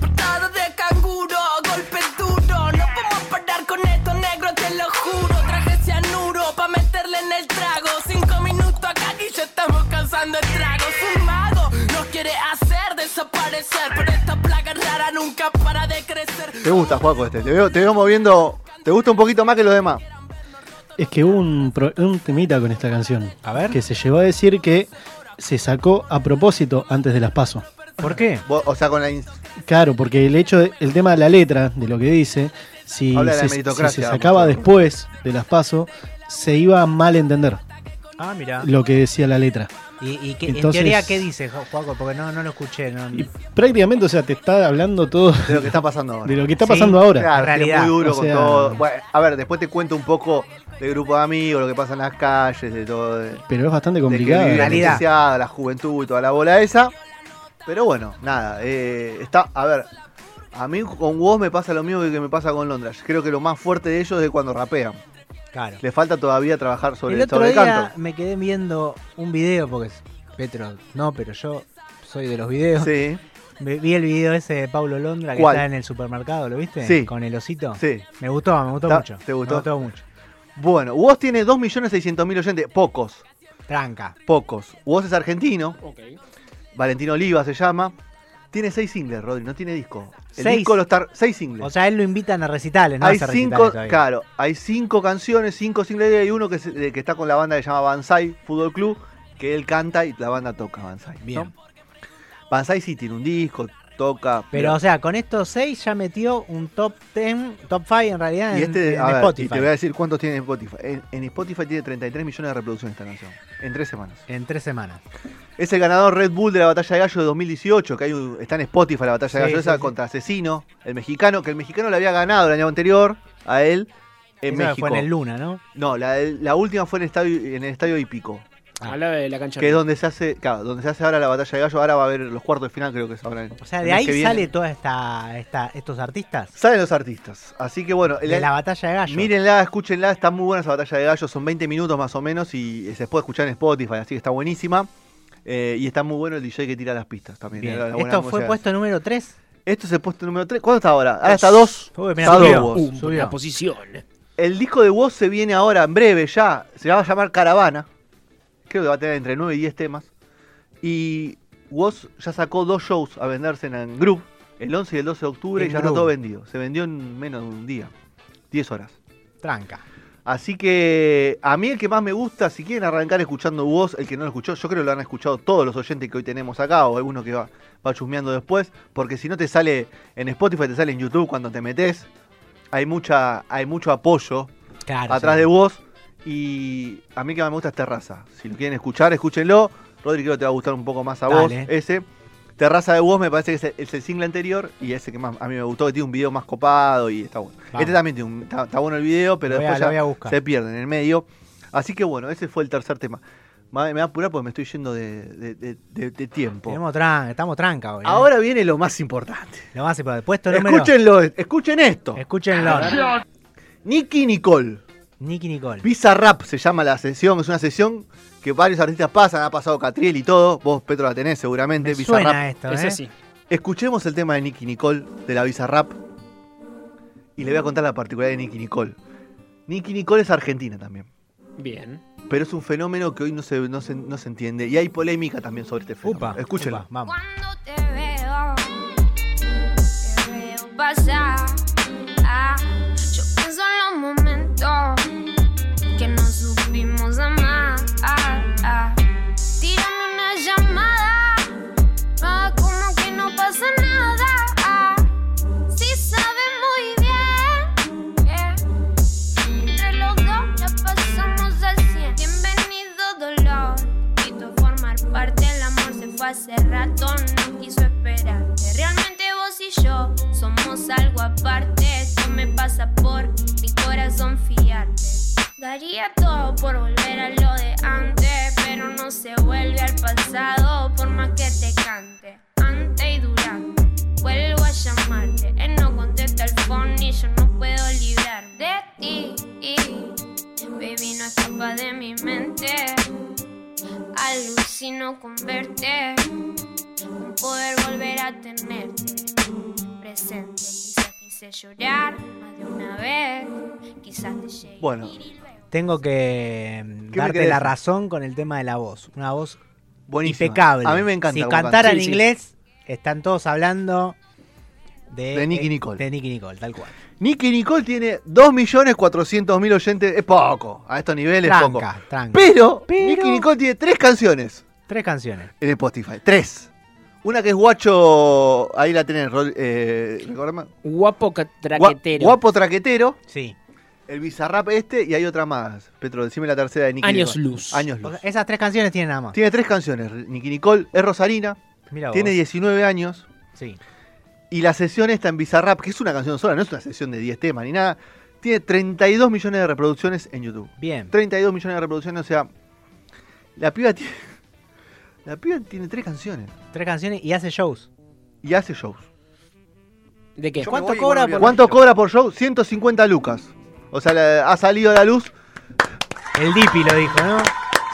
Speaker 6: Portada de canguro, golpe duro. No podemos parar con esto, negro, te lo juro. Traje cianuro pa' meterle en el trago. Cinco minutos acá y ya estamos cansando el trago. Es un mago, nos quiere hacer desaparecer. Pero esta plaga rara nunca para de crecer.
Speaker 2: Te gusta, Juaco, este. Te veo, te veo moviendo. Te gusta un poquito más que los demás.
Speaker 8: Es que hubo un, pro- un temita con esta canción.
Speaker 3: A ver.
Speaker 8: Que se llevó a decir que
Speaker 7: se sacó a propósito antes de las pasos.
Speaker 3: ¿Por qué?
Speaker 2: Vos- O sea, con la. ins-
Speaker 7: Claro, porque el hecho, de- el tema de la letra, de lo que dice, si
Speaker 2: Habla de la
Speaker 7: se,
Speaker 2: meritocracia,
Speaker 7: si se sacaba
Speaker 2: mucho.
Speaker 7: después de las pasos, se iba a mal entender
Speaker 3: Ah, mira.
Speaker 7: lo que decía la letra.
Speaker 3: ¿Y, y qué- en
Speaker 7: Entonces-
Speaker 3: teoría qué dice, Jo- Juaco? Porque no, no lo escuché. No,
Speaker 7: Y prácticamente, o sea, te está hablando todo
Speaker 2: De lo que está pasando ahora.
Speaker 7: de lo que está
Speaker 3: Sí,
Speaker 7: pasando ahora.
Speaker 2: Claro,
Speaker 3: En
Speaker 2: sí, es
Speaker 3: realidad,
Speaker 2: muy duro
Speaker 7: o
Speaker 2: con
Speaker 7: sea-
Speaker 2: todo. Bueno, a ver, después te cuento un poco del grupo de amigos, lo que pasa en las calles, de todo. de-
Speaker 7: Pero es
Speaker 2: de
Speaker 7: bastante
Speaker 2: que
Speaker 7: complicado.
Speaker 2: vive
Speaker 3: Realidad.
Speaker 2: anestesiada, la juventud, toda la bola esa. Pero bueno, nada, eh, está, a ver, a mí con Woz me pasa lo mismo que me pasa con Londres. Creo que lo más fuerte de ellos es cuando rapean.
Speaker 3: claro.
Speaker 2: Le falta todavía trabajar sobre
Speaker 3: El
Speaker 2: el,
Speaker 3: otro
Speaker 2: sobre el
Speaker 3: día
Speaker 2: canto.
Speaker 3: me quedé viendo un video, porque es- Petro, no, pero yo soy de los videos.
Speaker 2: Sí,
Speaker 3: Me- Vi el video ese de Pablo Londra que
Speaker 2: ¿Cuál?
Speaker 3: está en el supermercado, ¿lo viste?
Speaker 2: Sí.
Speaker 3: Con el osito.
Speaker 2: sí.
Speaker 3: Me gustó, me gustó
Speaker 2: Ta-
Speaker 3: mucho.
Speaker 2: ¿te gustó?
Speaker 3: Me gustó mucho.
Speaker 2: Bueno, Woz tiene 2.600.000 oyentes, pocos,
Speaker 3: Tranca.
Speaker 2: pocos. Woz es argentino,
Speaker 4: Ok.
Speaker 2: Valentino Oliva se llama. Tiene seis singles, Rodri, no tiene disco. El
Speaker 3: Seis.
Speaker 2: disco lo está... Seis singles.
Speaker 3: O sea, él lo invitan a recitales, ¿no?
Speaker 2: hay
Speaker 3: hace
Speaker 2: cinco,
Speaker 3: recitales todavía.
Speaker 2: claro, hay cinco canciones, cinco singles, y hay uno que, se- de- que está con la banda que se llama Banzai Fútbol Club, que él canta y la banda toca Banzai. ¿no?
Speaker 3: Bien.
Speaker 2: Banzai sí tiene un disco, toca.
Speaker 3: Pero, o sea, con estos seis ya metió un top 10, top 5 en realidad
Speaker 2: y
Speaker 3: en,
Speaker 2: este,
Speaker 3: Ah, en
Speaker 2: a ver, y
Speaker 3: Spotify.
Speaker 2: te voy a decir cuántos tiene en Spotify. En, en Spotify tiene 33 millones de reproducciones esta canción, en tres semanas.
Speaker 3: En tres semanas.
Speaker 2: Es el ganador Red Bull de la Batalla de Gallo de 2018, que hay un- está en Spotify la Batalla de
Speaker 3: Sí,
Speaker 2: Gallo
Speaker 3: sí,
Speaker 2: esa
Speaker 3: sí.
Speaker 2: contra Asesino, el mexicano, que el mexicano le había ganado el año anterior a él en
Speaker 3: Esa
Speaker 2: México.
Speaker 3: Fue en el Luna, ¿no?
Speaker 2: No, la, la última fue en el estadio, en el estadio Hípico.
Speaker 3: Ah.
Speaker 4: Hablaba de la cancha.
Speaker 2: que es donde se hace, claro, donde se hace ahora la batalla de gallo, ahora va a haber los cuartos de final, creo que es ahora. en-
Speaker 3: O sea,
Speaker 2: el
Speaker 3: de
Speaker 2: mes
Speaker 3: ahí
Speaker 2: que viene.
Speaker 3: sale toda esta, esta estos artistas.
Speaker 2: Salen los artistas. Así que bueno,
Speaker 3: de
Speaker 2: la-
Speaker 3: la batalla de gallo.
Speaker 2: mírenla, escúchenla, está muy buena esa batalla de gallo, son 20 minutos más o menos y se puede escuchar en Spotify, así que está buenísima. Eh, y está muy bueno el DJ que tira las pistas también. eh,
Speaker 3: Bien.
Speaker 2: la- la buena
Speaker 3: Esto fue
Speaker 2: música.
Speaker 3: puesto número 3.
Speaker 2: Esto es el puesto número 3. ¿Cuánto está ahora? Ahora está 2.
Speaker 3: Uy, mirá,
Speaker 2: Está
Speaker 3: subió.
Speaker 2: dos, vos.
Speaker 4: una
Speaker 3: subió.
Speaker 4: posición.
Speaker 2: El disco de Woz se viene ahora, en breve ya. Se va a llamar Caravana. Creo que va a tener entre 9 y 10 temas. Y Woz ya sacó dos shows a venderse en, en Group. El 11 y el 12 de octubre
Speaker 3: En
Speaker 2: y ya está
Speaker 3: Group.
Speaker 2: todo vendido. Se vendió en menos de un día. 10 horas.
Speaker 3: Tranca.
Speaker 2: Así que a mí el que más me gusta, si quieren arrancar escuchando Woz, el que no lo escuchó, yo creo que lo han escuchado todos los oyentes que hoy tenemos acá o alguno que va, va chusmeando después, porque si no te sale en Spotify, te sale en YouTube cuando te metes. Hay, mucha, hay mucho apoyo
Speaker 3: Claro.
Speaker 2: atrás
Speaker 3: sí.
Speaker 2: de vos. Y a mí que más me gusta es Terraza. Si lo quieren escuchar, escúchenlo. Rodri, creo que te va a gustar un poco más a vos
Speaker 3: Dale.
Speaker 2: ese. Terraza de vos me parece que es el, es el single anterior y ese que más a mí me gustó, que tiene un video más copado y está bueno.
Speaker 3: Vamos.
Speaker 2: Este también tiene un- está, está bueno el video, pero
Speaker 3: Lo voy a-
Speaker 2: después
Speaker 3: lo
Speaker 2: ya
Speaker 3: voy a buscar.
Speaker 2: se pierde en el medio. Así que bueno, ese fue el tercer tema. Ma- Me va a apurar porque me estoy yendo de, de- de- de- de tiempo.
Speaker 3: Tenemos tran- estamos tranca hoy. ¿eh?
Speaker 2: Ahora viene lo más importante.
Speaker 3: Lo más importante. Puesto número.
Speaker 2: Escúchenlo, escuchen esto.
Speaker 3: Escúchenlo.
Speaker 2: Nicky Nicole.
Speaker 3: Nicky Nicole.
Speaker 2: Visa Rap se llama la sesión, es una sesión que varios artistas pasan, ha pasado Catriel y todo, vos Petro la tenés seguramente,
Speaker 3: Me
Speaker 2: Visa
Speaker 3: suena
Speaker 2: Rap.
Speaker 3: esto, ¿eh?
Speaker 4: Ese sí.
Speaker 2: Escuchemos el tema de Nicky Nicole de la Visa Rap y le voy a contar la particularidad de Nicky Nicole. Nicky Nicole es argentina también,
Speaker 4: Bien.
Speaker 2: pero es un fenómeno que hoy no se, no se, no se entiende y hay polémica también sobre este fenómeno.
Speaker 3: Upa.
Speaker 2: Escúchenlo.
Speaker 3: upa, vamos.
Speaker 6: Cuando te veo, te veo pasar. Ah, yo pienso en los momentos que no supimos amar. Ah, Tírame una llamada, ah, como que no pasa nada. Ah, si sabes muy bien que entre los dos la pasamos al 100. Bienvenido dolor, quito formar parte. El amor se fue hace rato, no quiso esperar. Realmente vos y yo somos algo aparte. Esto me pasa por mi corazón fiarte. Daría todo por volver a lo de antes, pero no se vuelve al pasado por más que te cante. Antes y durante, vuelvo a llamarte. Él no contesta el phone y yo no puedo librar de ti. Baby, no escapa de mi mente. Alucino con verte, con poder volver a tenerte presente. Quizás quise llorar más de una vez, quizás te llegue.
Speaker 2: Bueno.
Speaker 3: Tengo que mm,
Speaker 2: me
Speaker 3: darte
Speaker 2: querés?
Speaker 3: la razón con el tema de la voz. Una voz
Speaker 2: Buenísimo.
Speaker 3: impecable.
Speaker 2: A mí me encanta.
Speaker 3: Si
Speaker 2: cómo
Speaker 3: cantara
Speaker 2: canta.
Speaker 3: en inglés, están todos hablando de,
Speaker 2: De Nicky Nicole.
Speaker 3: De Nicky Nicole, tal cual.
Speaker 2: Nicky Nicole tiene 2.400.000 oyentes, es poco, a estos niveles es poco.
Speaker 3: Tranca, tranca.
Speaker 2: Pero,
Speaker 3: Pero-
Speaker 2: Nicky Nicole tiene tres canciones.
Speaker 3: Tres canciones.
Speaker 2: En Spotify. Tres. Una que es guacho. Ahí la tenés, Rol- eh, ¿recordame?
Speaker 4: Guapo ca-
Speaker 2: Gua-
Speaker 4: traquetero.
Speaker 2: Guapo traquetero.
Speaker 3: Sí.
Speaker 2: El bizarrap este y hay otra más. Petro, decime la tercera de Nicky
Speaker 4: Años
Speaker 2: Nicole.
Speaker 4: luz. eh.
Speaker 2: Años Luz.
Speaker 3: Porque Esas tres canciones tienen nada más.
Speaker 2: Tiene tres canciones. Nicky Nicole es Rosarina.
Speaker 3: Mira vos.
Speaker 2: Tiene 19 años.
Speaker 3: Sí.
Speaker 2: Y la sesión esta en Bizarrap, que es una canción sola, no es una sesión de 10 temas ni nada. Tiene 32 millones de reproducciones en YouTube.
Speaker 3: Bien.
Speaker 2: 32 millones de reproducciones, o sea. La piba tiene. La piba tiene tres canciones.
Speaker 3: Tres canciones y hace shows.
Speaker 2: Y hace shows.
Speaker 4: ¿De qué?
Speaker 5: Yo me
Speaker 3: ¿Cuánto
Speaker 5: voy y
Speaker 3: cobra
Speaker 5: vuelvo
Speaker 3: por-
Speaker 5: a-
Speaker 2: ¿Cuánto cobra por show? 150 lucas. O sea, la- ha salido a la luz
Speaker 3: El Dipi lo dijo, ¿no?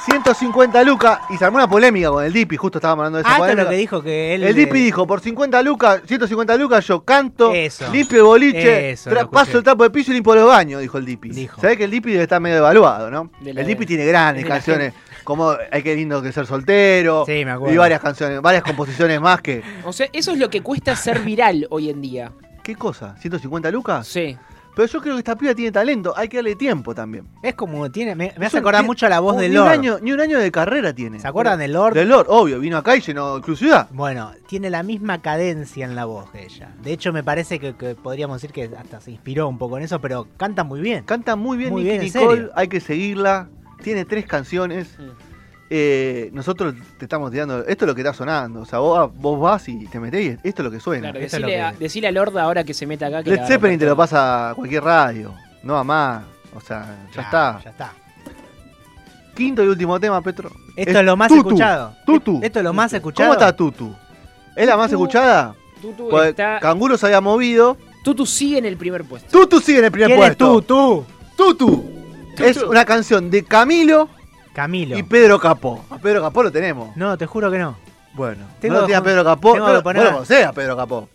Speaker 2: 150 lucas y se armó una polémica con el Dipi, justo estábamos hablando de esa
Speaker 3: Ah, esto es
Speaker 2: polémica.
Speaker 3: lo que dijo que él.
Speaker 2: El Dipi
Speaker 3: eh,
Speaker 2: dijo, por 50 lucas, 150 lucas yo canto,
Speaker 3: Eso.
Speaker 2: limpio el boliche,
Speaker 3: Eso,
Speaker 2: tra-
Speaker 3: lo escuché.
Speaker 2: paso el tapo de piso y limpio los baños, dijo el Dipi.
Speaker 3: Dijo.
Speaker 2: Sabés que el Dipi debe estar medio evaluado, ¿no?
Speaker 4: De la-
Speaker 2: el Dipi tiene grandes
Speaker 4: de la
Speaker 2: canciones, como Hay que lindo que ser soltero,
Speaker 3: Sí, me acuerdo.
Speaker 2: y varias canciones, varias composiciones más que...
Speaker 4: O sea, eso es lo que cuesta ser viral hoy en día.
Speaker 2: ¿Qué cosa? ¿150 lucas?
Speaker 4: Sí.
Speaker 2: Pero yo creo que esta piba tiene talento, hay que darle tiempo también.
Speaker 3: Es como tiene. Me, me
Speaker 2: Es
Speaker 3: hace
Speaker 2: un-
Speaker 3: acordar
Speaker 2: ti-
Speaker 3: mucho a la voz
Speaker 2: un-
Speaker 3: de
Speaker 2: ni
Speaker 3: Lord.
Speaker 2: Un año, ni un año de carrera tiene.
Speaker 3: ¿Se acuerdan de Lord?
Speaker 2: De Lord, obvio, vino acá y llenó Club Ciudad.
Speaker 3: Bueno, tiene la misma cadencia en la voz que ella. De hecho, me parece que, que podríamos decir que hasta se inspiró un poco en eso, pero canta muy bien.
Speaker 2: Canta muy bien
Speaker 3: Muy
Speaker 2: Nicki
Speaker 3: bien, en
Speaker 2: Nicole,
Speaker 3: serio.
Speaker 2: hay que seguirla. Tiene tres canciones.
Speaker 4: Mm.
Speaker 2: Eh, nosotros te estamos tirando. Esto es lo que está sonando. O sea, vos, vos vas y te metés y esto es lo que suena.
Speaker 4: Claro,
Speaker 3: eso es lo
Speaker 4: decile,
Speaker 3: que-
Speaker 4: a, decile a Lorda ahora que se meta acá. Que
Speaker 2: Led
Speaker 4: la-
Speaker 2: Zeppelin te lo pasa a cualquier radio. No a más. O sea, ya
Speaker 3: Claro,
Speaker 2: está.
Speaker 3: Ya está.
Speaker 2: Quinto y último tema, Petro.
Speaker 3: Esto es, lo más
Speaker 2: Tutu.
Speaker 3: escuchado.
Speaker 2: Tutu.
Speaker 3: Esto es lo más escuchado.
Speaker 2: ¿Cómo está Tutu? ¿Es la más
Speaker 4: Tutu
Speaker 2: escuchada?
Speaker 4: Tutu,
Speaker 2: Porque
Speaker 4: está-
Speaker 2: Canguro se había movido.
Speaker 4: Tutu sigue en el primer puesto.
Speaker 2: Tutu sigue en el primer
Speaker 3: ¿Quién es
Speaker 2: puesto.
Speaker 3: Tutu?
Speaker 2: Tutu. Es una canción de Camilo
Speaker 3: Camilo.
Speaker 2: y Pedro Capó. A Pedro Capó lo tenemos.
Speaker 3: No, te juro que no.
Speaker 2: Bueno,
Speaker 3: Tengo
Speaker 2: no
Speaker 3: que
Speaker 2: lo tiene a
Speaker 3: poner-
Speaker 2: Pedro Capó.
Speaker 3: tengo
Speaker 2: No,
Speaker 3: que poner-
Speaker 2: no lo conocés a Pedro Capó.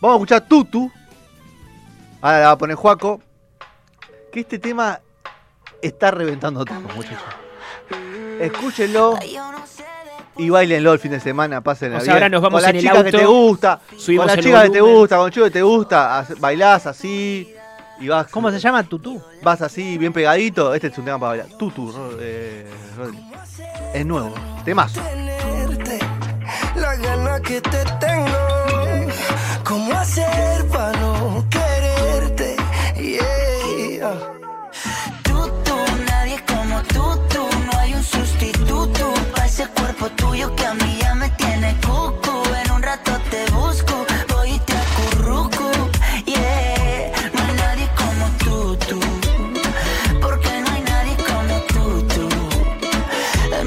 Speaker 2: Vamos a escuchar Tutu. Ahora la va a poner Juaco. Que este tema está reventando todo, muchachos. Escúchenlo y bailenlo el fin de semana, pásenla
Speaker 4: O sea,
Speaker 2: bien.
Speaker 4: ahora nos vamos
Speaker 2: con la
Speaker 4: en el
Speaker 2: chica que
Speaker 4: auto,
Speaker 2: te gusta,
Speaker 4: subimos
Speaker 2: con la
Speaker 4: el
Speaker 2: chica que te
Speaker 4: volumen.
Speaker 2: gusta, con el chico que te gusta, hace- bailás así y vas
Speaker 3: ¿Cómo se llama Tutu?
Speaker 2: vas así, bien pegadito. Este es un tema para bailar. Tutu, Ro- eh, Rodri. Es nuevo, temazo.
Speaker 5: tenerte, la gana que te tengo. ¿Cómo hacer para no quererte? Yeah.
Speaker 6: Tú, tú, nadie como tú, tú. No hay un sustituto para ese cuerpo tuyo que a mí ya me tiene cucu. En un rato te busco, voy y te acurruco. Yeah, no hay nadie como tú, tú. Porque no hay nadie como tú, tú.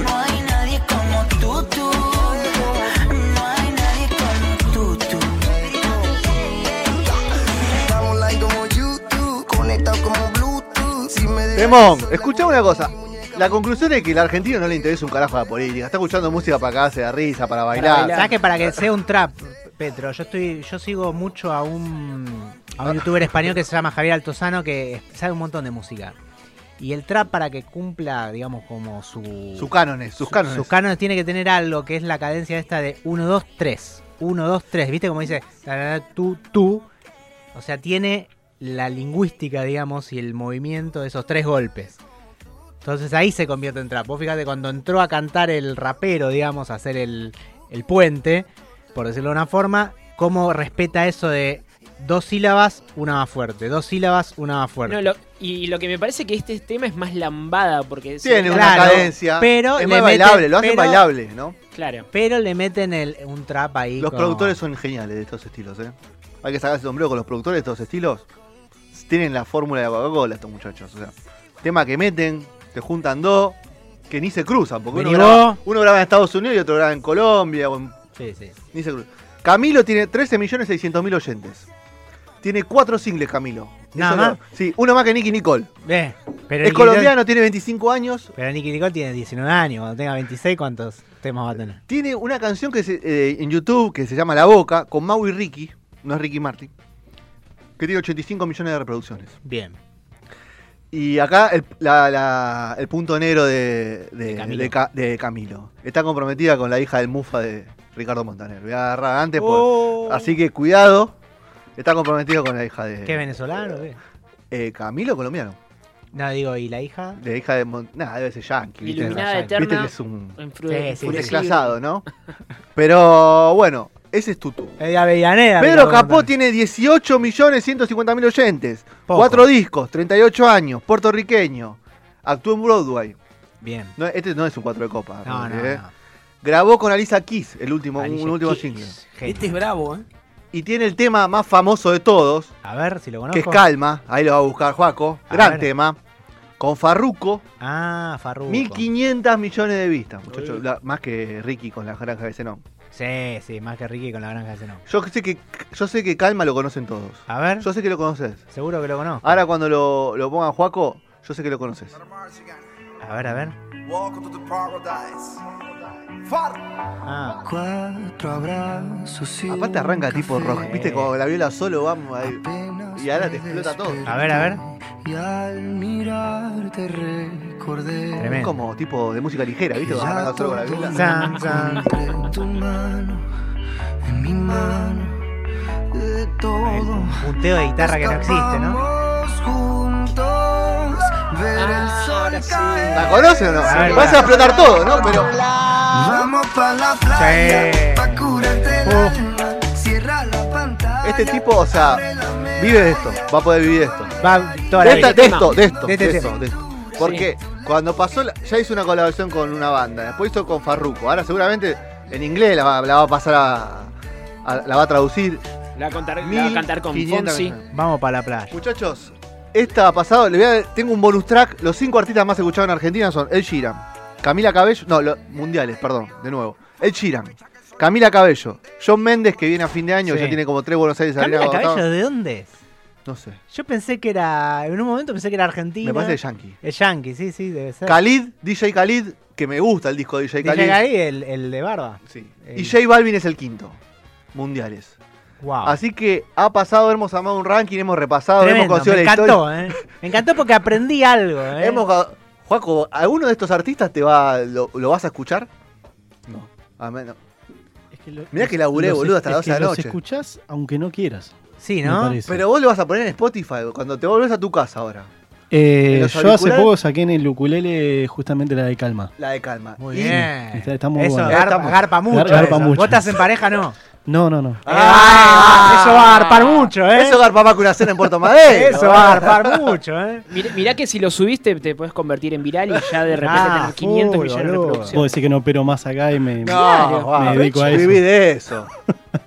Speaker 6: No hay nadie como tú, tú. No hay nadie como tú, tú.
Speaker 5: Estamos like como YouTube, conectados como Bluetooth. Si me dejas
Speaker 2: Temón,
Speaker 5: sola,
Speaker 2: escuchame una cosa. La conclusión es que al argentino no le interesa un carajo la política. Está escuchando música para cagarse de risa, para bailar.
Speaker 4: bailar.
Speaker 3: ¿Sabes que para que sea un trap, Petro? Yo estoy, yo sigo mucho a un, a un youtuber español que se llama Javier Altozano que sabe un montón de música. Y el trap para que cumpla, digamos, como su,
Speaker 2: Sus cánones, sus cánones.
Speaker 3: sus cánones tiene que tener algo que es la cadencia esta de 1, 2, 3. 1, 2, 3. ¿Viste cómo dice? Tarará, Tú, tú. O sea, tiene la lingüística, digamos, y el movimiento de esos tres golpes. Entonces ahí se convierte en trap. Vos fíjate, cuando entró a cantar el rapero, digamos, a hacer el, el puente, por decirlo de una forma, cómo respeta eso de dos sílabas, una más fuerte, dos sílabas, una más fuerte.
Speaker 4: No, lo- y lo que me parece que este tema es más lambada porque se-
Speaker 2: Tiene una
Speaker 3: Claro,
Speaker 2: cadencia.
Speaker 3: pero
Speaker 2: es
Speaker 3: le
Speaker 2: más
Speaker 3: mete-
Speaker 2: bailable, lo hacen
Speaker 3: pero-
Speaker 2: bailable, ¿no?
Speaker 4: Claro.
Speaker 3: Pero le meten el, un trap ahí.
Speaker 2: Los
Speaker 3: como-
Speaker 2: productores son geniales de estos estilos, ¿eh? Hay que sacarse el sombrero con los productores de estos estilos. Tienen la fórmula de Coca-Cola estos muchachos. O sea, tema que meten, te juntan dos, que ni se cruzan. Porque uno
Speaker 3: Vení
Speaker 2: graba,
Speaker 3: vos.
Speaker 2: uno graba en Estados Unidos y otro graba en Colombia. o en-
Speaker 3: Sí, sí.
Speaker 2: ni se cruzan. Camilo tiene 13.600.000 oyentes. Tiene cuatro singles, Camilo.
Speaker 3: ¿Nada
Speaker 2: Eso
Speaker 3: más?
Speaker 2: lo- sí, uno más que Nicky Nicole.
Speaker 3: Ve,
Speaker 2: es
Speaker 3: pero Nicky Nicole-
Speaker 2: colombiano, tiene 25 años.
Speaker 3: Pero Nicky Nicole tiene 19 años. Cuando tenga 26, ¿cuántos temas va a tener?
Speaker 2: Tiene una canción que se- eh, en YouTube que se llama La Boca con Mau y Ricky, no es Ricky Martin, que tiene 85 millones de reproducciones.
Speaker 3: Bien.
Speaker 2: Y acá el, la- la- el punto negro de, de-
Speaker 3: De Camilo.
Speaker 2: de Ca- de Camilo. Está comprometida con la hija del Mufa de Ricardo Montaner. Voy a agarrar antes, por-
Speaker 3: Oh.
Speaker 2: así que cuidado. Está comprometido con la hija de
Speaker 3: ¿Qué venezolano? qué?
Speaker 2: eh, Camilo colombiano.
Speaker 3: No, digo, ¿y la hija?
Speaker 2: De hija de. Mon- Nah, debe ser yankee. ¿viste?
Speaker 4: Iluminada
Speaker 3: Viste
Speaker 2: Viste que
Speaker 4: eterna.
Speaker 2: es un,
Speaker 4: en
Speaker 3: Sí, sí, sí.
Speaker 4: fru-
Speaker 2: un
Speaker 4: enfurecido.
Speaker 2: desclasado, ¿no? Pero bueno, ese es tu tú.
Speaker 3: Es de Avellaneda.
Speaker 2: Pedro
Speaker 3: mira,
Speaker 2: Capó
Speaker 3: vos,
Speaker 2: tiene 18.150.000 oyentes,
Speaker 3: Poco.
Speaker 2: 4 discos, 38 años, puertorriqueño, actuó en Broadway.
Speaker 3: Bien.
Speaker 2: No, este no es un 4 de copa.
Speaker 3: No, no,
Speaker 2: ¿eh?
Speaker 3: no.
Speaker 2: Grabó con Alisa Keys el último,
Speaker 3: Alicia
Speaker 2: un último
Speaker 3: Keys,
Speaker 2: single.
Speaker 3: genio.
Speaker 9: Este es bravo, ¿eh?
Speaker 2: Y tiene el tema más famoso de todos,
Speaker 3: A ver si lo conozco.
Speaker 2: que es Calma, ahí lo va a buscar Juaco,
Speaker 3: A
Speaker 2: gran
Speaker 3: ver.
Speaker 2: tema, con Farruko,
Speaker 3: Ah, Farruko.
Speaker 2: 1.500 millones de vistas, muchachos, la- más que Ricky con la granja de Zenón.
Speaker 3: Sí, sí, más que Ricky con la granja de Zenón.
Speaker 2: Yo sé que yo sé que Calma lo conocen todos.
Speaker 3: A ver,
Speaker 2: Yo sé que lo conoces.
Speaker 3: seguro que lo conozco.
Speaker 2: Ahora cuando lo, lo pongan Juaco, yo sé que lo conoces. Ah.
Speaker 3: A ver, a ver.
Speaker 5: Welcome to the paradise. Far.
Speaker 3: Ah,
Speaker 9: Cuatro abrazos y
Speaker 2: Aparte arranca tipo rock, viste, como la viola solo vamos ahí. Y ahora te explota todo.
Speaker 3: a ver, a ver.
Speaker 9: Y al mirarte recordé
Speaker 2: Es
Speaker 3: Tremendo.
Speaker 2: como tipo de música ligera, viste, cuando arranca solo con la viola.
Speaker 3: San, san.
Speaker 9: entre tu mano, en mi mano, de todo.
Speaker 3: Punteo de guitarra que no existe, ¿no?
Speaker 9: Escapamos juntos, ver el
Speaker 4: Ah,
Speaker 9: sol
Speaker 4: ahora sí.
Speaker 9: caer.
Speaker 2: ¿La conoces o no?
Speaker 3: A ver,
Speaker 2: Vas a explotar todo, ¿no? Pero
Speaker 9: Vamos pa' la playa,
Speaker 3: Sí.
Speaker 9: pa' curarte el
Speaker 3: Uf.
Speaker 9: alma. Cierra la pantalla.
Speaker 2: este tipo, o sea, vive de esto, va a poder vivir de esto.
Speaker 3: Va toda la
Speaker 2: De, esta-
Speaker 3: vida.
Speaker 2: de esto, de esto,
Speaker 3: De
Speaker 2: de
Speaker 3: este
Speaker 2: esto,
Speaker 3: tema.
Speaker 2: de esto. Porque cuando pasó, la- ya hizo una colaboración con una banda, después hizo con Farruko. Ahora seguramente en inglés la va, la va a pasar a, a- la va a traducir.
Speaker 4: La va a contar, la va a cantar con
Speaker 2: 1500
Speaker 4: Fonsi.
Speaker 2: millones.
Speaker 3: Vamos para la playa.
Speaker 2: Muchachos, esta pasado, le voy a- tengo un bonus track. Los cinco artistas más escuchados en Argentina son El Sheeran, Camila Cabello, no, lo- mundiales, perdón, de nuevo. El Sheeran, Camila Cabello, John Méndez que viene a fin de año,
Speaker 3: Sí.
Speaker 2: ya tiene como tres Buenos Aires
Speaker 3: ¿Camila
Speaker 2: Arena
Speaker 3: Cabello
Speaker 2: agotados.
Speaker 3: de dónde es?
Speaker 2: No sé,
Speaker 3: Yo pensé que era. En un momento pensé que era argentina.
Speaker 2: me parece Yankee.
Speaker 3: Es yankee, sí, sí, debe ser.
Speaker 2: Khalid, DJ Khalid, que me gusta el disco de DJ
Speaker 3: DJ
Speaker 2: Khalid.
Speaker 3: Khalid, Eh. el, el de barba.
Speaker 2: Sí.
Speaker 3: El-
Speaker 2: Y J Balvin es el quinto, mundiales.
Speaker 3: Wow.
Speaker 2: Así que ha pasado, hemos armado un ranking, hemos repasado,
Speaker 3: Tremendo,
Speaker 2: hemos conocido
Speaker 3: me
Speaker 2: la historia.
Speaker 3: encantó, ¿eh? Me encantó porque aprendí algo, ¿eh?
Speaker 2: Hemos ga- Juaco, ¿alguno de estos artistas te va lo, lo vas a escuchar? Ah, No. A menos.
Speaker 7: Es que lo-
Speaker 2: Mirá que laburé,
Speaker 7: los-
Speaker 2: boludo, hasta
Speaker 7: es
Speaker 2: las 12 de
Speaker 7: que
Speaker 2: la
Speaker 7: los
Speaker 2: noche.
Speaker 7: escuchás aunque no quieras.
Speaker 3: Sí,
Speaker 7: me
Speaker 3: ¿no?
Speaker 7: parece.
Speaker 2: Pero vos lo vas a poner en Spotify cuando te volvés a tu casa ahora.
Speaker 7: Eh,
Speaker 2: ¿en los
Speaker 7: yo hace
Speaker 2: auriculares?
Speaker 7: poco saqué en el ukulele justamente la de calma.
Speaker 2: La de calma.
Speaker 3: Muy
Speaker 2: Y-
Speaker 3: bien.
Speaker 7: Está- está muy
Speaker 3: eso
Speaker 7: bueno.
Speaker 3: garpa,
Speaker 2: Estamos-
Speaker 3: garpa mucho.
Speaker 7: Gar- garpa
Speaker 3: eso.
Speaker 7: mucho.
Speaker 3: Vos estás en pareja, no.
Speaker 7: No, no,
Speaker 2: Ah.
Speaker 7: no.
Speaker 3: Eh, eso va a garpar mucho, ¿eh?
Speaker 2: Eso garpa más que una cena en Puerto Madero.
Speaker 3: Eso ah, va a garpar mucho, ¿eh?
Speaker 4: Mirá, mirá que si lo subiste te puedes convertir en viral y ya de repente
Speaker 3: Ah,
Speaker 4: tenés 500
Speaker 3: full,
Speaker 4: millones de
Speaker 3: boludo.
Speaker 7: Puedo
Speaker 4: reproducciones.
Speaker 7: decir que no pero más acá y me.
Speaker 2: No, va,
Speaker 7: Me dedico a eso.
Speaker 2: viví de eso.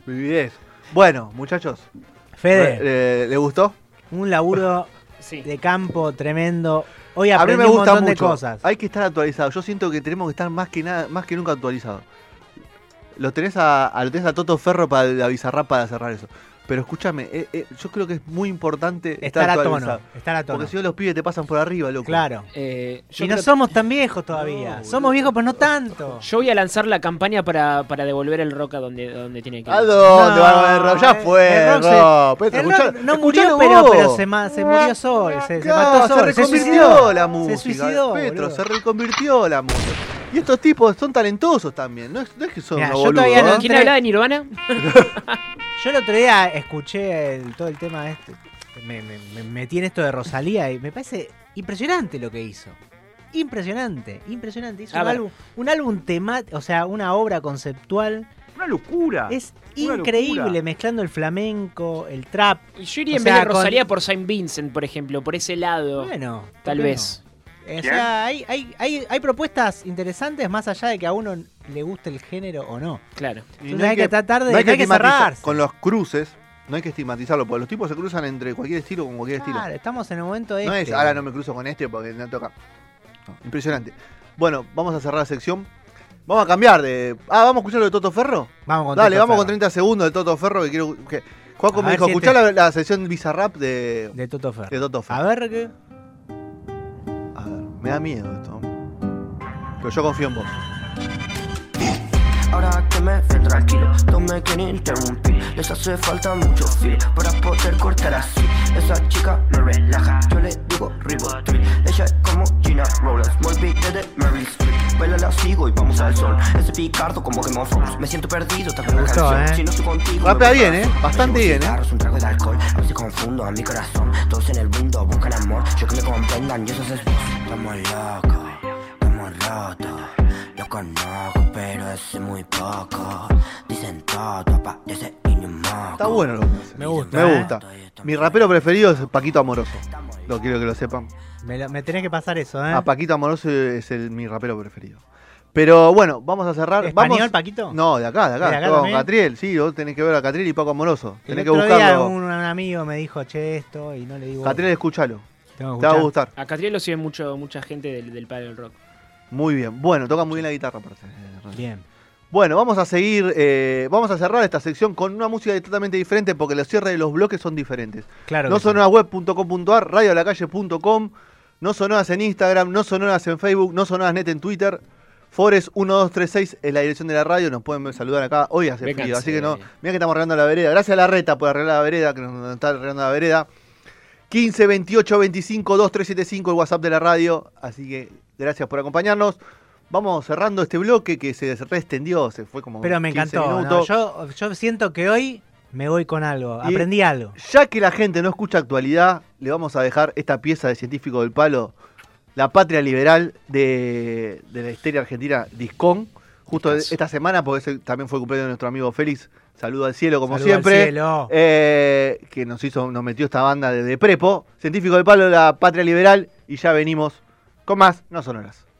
Speaker 2: Viví de eso. Bueno, muchachos,
Speaker 3: Fede,
Speaker 2: eh, ¿le gustó?
Speaker 3: un laburo
Speaker 4: Sí.
Speaker 3: de campo tremendo. Hoy
Speaker 2: A mí
Speaker 3: aprendí
Speaker 2: me
Speaker 3: un
Speaker 2: gusta
Speaker 3: montón de
Speaker 2: mucho.
Speaker 3: cosas.
Speaker 2: Hay que estar actualizado. Yo siento que tenemos que estar más que nada, más que nunca actualizados. Lo tenés a, a- lo tenés a Toto Ferro para la bizarra para cerrar eso. Pero escúchame, eh, eh, yo creo que es muy importante estar,
Speaker 3: Estar a
Speaker 2: actualizado.
Speaker 3: tono, estar a tono.
Speaker 2: Porque si no los pibes te pasan por arriba, loco.
Speaker 3: Claro.
Speaker 4: Eh, yo
Speaker 3: Y no
Speaker 4: creo-
Speaker 3: somos tan viejos todavía.
Speaker 2: No,
Speaker 3: somos viejos, pero no tanto.
Speaker 4: Yo voy a lanzar la campaña para, para devolver el rock a donde, a donde tiene que ir.
Speaker 2: ¿A dónde
Speaker 3: No,
Speaker 2: va el rock? Ya
Speaker 3: eh,
Speaker 2: fue,
Speaker 3: el rock se-
Speaker 2: Rob. Petro,
Speaker 3: El
Speaker 2: escuchá-
Speaker 3: rock no murió,
Speaker 2: escuchalo
Speaker 3: pero,
Speaker 2: vos.
Speaker 3: pero se, ma- se murió solo. Se, se
Speaker 2: Claro,
Speaker 3: mató solo.
Speaker 2: se reconvirtió
Speaker 3: suicidó.
Speaker 2: la música.
Speaker 3: Se suicidó.
Speaker 2: Petro,
Speaker 3: boludo.
Speaker 2: se reconvirtió la música. Y estos tipos son talentosos también. No es, no es que son
Speaker 3: Mirá,
Speaker 2: unos
Speaker 3: yo todavía
Speaker 2: boludos,
Speaker 3: no-
Speaker 2: ¿eh?
Speaker 4: ¿Quién habla de Nirvana?
Speaker 3: Yo el otro día escuché el- todo el tema este. Me, me, me metí en esto de Rosalía y me parece impresionante lo que hizo. Impresionante, impresionante. Hizo
Speaker 4: A
Speaker 3: un
Speaker 4: ver.
Speaker 3: álbum, un álbum temático, o sea, una obra conceptual.
Speaker 9: Una
Speaker 2: Ah,
Speaker 9: locura.
Speaker 3: Es
Speaker 9: Una
Speaker 3: increíble
Speaker 9: locura.
Speaker 3: mezclando el flamenco, el trap.
Speaker 4: Yo iría
Speaker 3: O
Speaker 4: en
Speaker 3: sea,
Speaker 4: vez de
Speaker 3: con-
Speaker 4: Rosalía por Saint Vincent, por ejemplo, por ese lado,
Speaker 3: Bueno, ¿por
Speaker 4: tal
Speaker 3: qué
Speaker 4: vez.
Speaker 3: no? O sea, hay, hay, hay, hay propuestas interesantes más allá de que a uno le guste el género o no.
Speaker 4: Claro.
Speaker 2: Y
Speaker 3: Entonces hay que tratar de- no hay que
Speaker 2: estigmatizar-
Speaker 3: cerrarse.
Speaker 2: Con los cruces, no hay que estigmatizarlo, porque los tipos se cruzan entre cualquier estilo con cualquier
Speaker 3: Claro,
Speaker 2: estilo.
Speaker 3: estamos en el momento
Speaker 2: No es,
Speaker 3: este.
Speaker 2: ahora no me cruzo con este porque no toca. No, impresionante. Bueno, vamos a cerrar la sección. Vamos a cambiar de. Ah, vamos a escuchar lo de Toto Ferro.
Speaker 3: Vamos con
Speaker 2: Dale,
Speaker 3: Toto
Speaker 2: vamos
Speaker 3: Ferro.
Speaker 2: con 30 segundos de Toto Ferro que quiero. Que... Juaco
Speaker 3: A
Speaker 2: me
Speaker 3: ver
Speaker 2: dijo,
Speaker 3: si este
Speaker 2: escuchá la, la sección Bizarrap de,
Speaker 3: De Toto Ferro.
Speaker 2: de Toto Ferro.
Speaker 3: A ver qué.
Speaker 2: A ver, me da miedo esto. Pero yo confío en vos.
Speaker 5: Ahora que me ven tranquilo, no me quieren interrumpir. Les hace falta mucho feel para poder cortar así. Esa chica me relaja, yo le digo Ribotril. Ella es como Gina Rollins, me olvidé de Meryl Streep. Baila la sigo y vamos al sol. Ese picardo como Game of Thrones. Me siento perdido, tal
Speaker 3: Me
Speaker 5: una
Speaker 3: gustó,
Speaker 5: canción.
Speaker 3: ¿eh?
Speaker 5: Si no estoy contigo,
Speaker 2: Rapea
Speaker 5: me voy
Speaker 2: bien,
Speaker 5: al
Speaker 2: ¿eh?
Speaker 5: sol. Me
Speaker 2: Bastante
Speaker 5: llevo
Speaker 2: bien, ¿eh?
Speaker 5: cigarros, un trago de alcohol. A ver si
Speaker 10: confundo, mi corazón, todos en el mundo buscan amor, yo que me comprendan, y eso es vos. Estamos locos, estamos rotos, lo conozco, pero es muy poco. Dicen todo, aparece y ni un moco.
Speaker 2: Está bueno lo que hace.
Speaker 3: Me gusta,
Speaker 2: Me
Speaker 3: ¿eh?
Speaker 2: gusta. Mi rapero preferido es Paquito Amoroso. Lo quiero que lo sepan.
Speaker 3: Me, lo- me tenés que pasar eso, ¿eh?
Speaker 2: A Paquito Amoroso es el, mi rapero preferido. Pero bueno, vamos a cerrar.
Speaker 3: ¿Español,
Speaker 2: vamos...
Speaker 3: Paquito?
Speaker 2: No, de acá, de acá.
Speaker 3: ¿De acá
Speaker 2: Todo con
Speaker 3: también?
Speaker 2: Catriel, sí, vos tenés que ver a Catriel y Paco Amoroso.
Speaker 3: El
Speaker 2: Tenés que
Speaker 3: otro día
Speaker 2: buscarlo.
Speaker 3: un, un amigo me dijo, che, esto, y no le digo.
Speaker 2: Catriel, escúchalo. Te
Speaker 3: Tengo que
Speaker 2: va a
Speaker 3: escuchar.
Speaker 2: gustar.
Speaker 4: A Catriel lo sigue mucho, mucha gente del, del padre del rock.
Speaker 2: Muy bien. Bueno, toca muy bien la guitarra aparte.
Speaker 3: Bien.
Speaker 2: Bueno, vamos a seguir, eh, vamos a cerrar esta sección con una música totalmente diferente porque los cierres de los bloques son diferentes.
Speaker 3: Claro que
Speaker 2: no
Speaker 3: sí.
Speaker 2: web.com.ar, radiolacalle.com, no sonoras en Instagram, no sonoras en Facebook, no sonoras net en Twitter. Forest 1236 es la dirección de la radio, nos pueden saludar acá. Hoy hace
Speaker 4: Vénganse.
Speaker 2: frío, así que no, mira que estamos arreglando la vereda. Gracias a la reta por arreglar la vereda, que nos nos está arreglando la vereda. 15 28 25 2375 el WhatsApp de la radio. Así que gracias por acompañarnos. Vamos cerrando este bloque que se reestendió, se fue como.
Speaker 3: Pero me
Speaker 2: 15
Speaker 3: encantó. ¿no?
Speaker 2: minutos.
Speaker 3: Yo, yo siento que hoy me voy con algo.
Speaker 2: Y-
Speaker 3: Aprendí algo.
Speaker 2: Ya que la gente no escucha actualidad, le vamos a dejar esta pieza de Científico del Palo, La Patria Liberal de, de la histeria argentina, Discon. Justo de- esta semana, porque ese también fue cumpleaños de nuestro amigo Félix. Saludo al cielo, como
Speaker 3: Saludo al
Speaker 2: siempre.
Speaker 3: cielo.
Speaker 2: Eh, que nos hizo, nos metió esta banda de, de prepo. Científico del Palo, La Patria Liberal. Y ya venimos con más No Sonoras.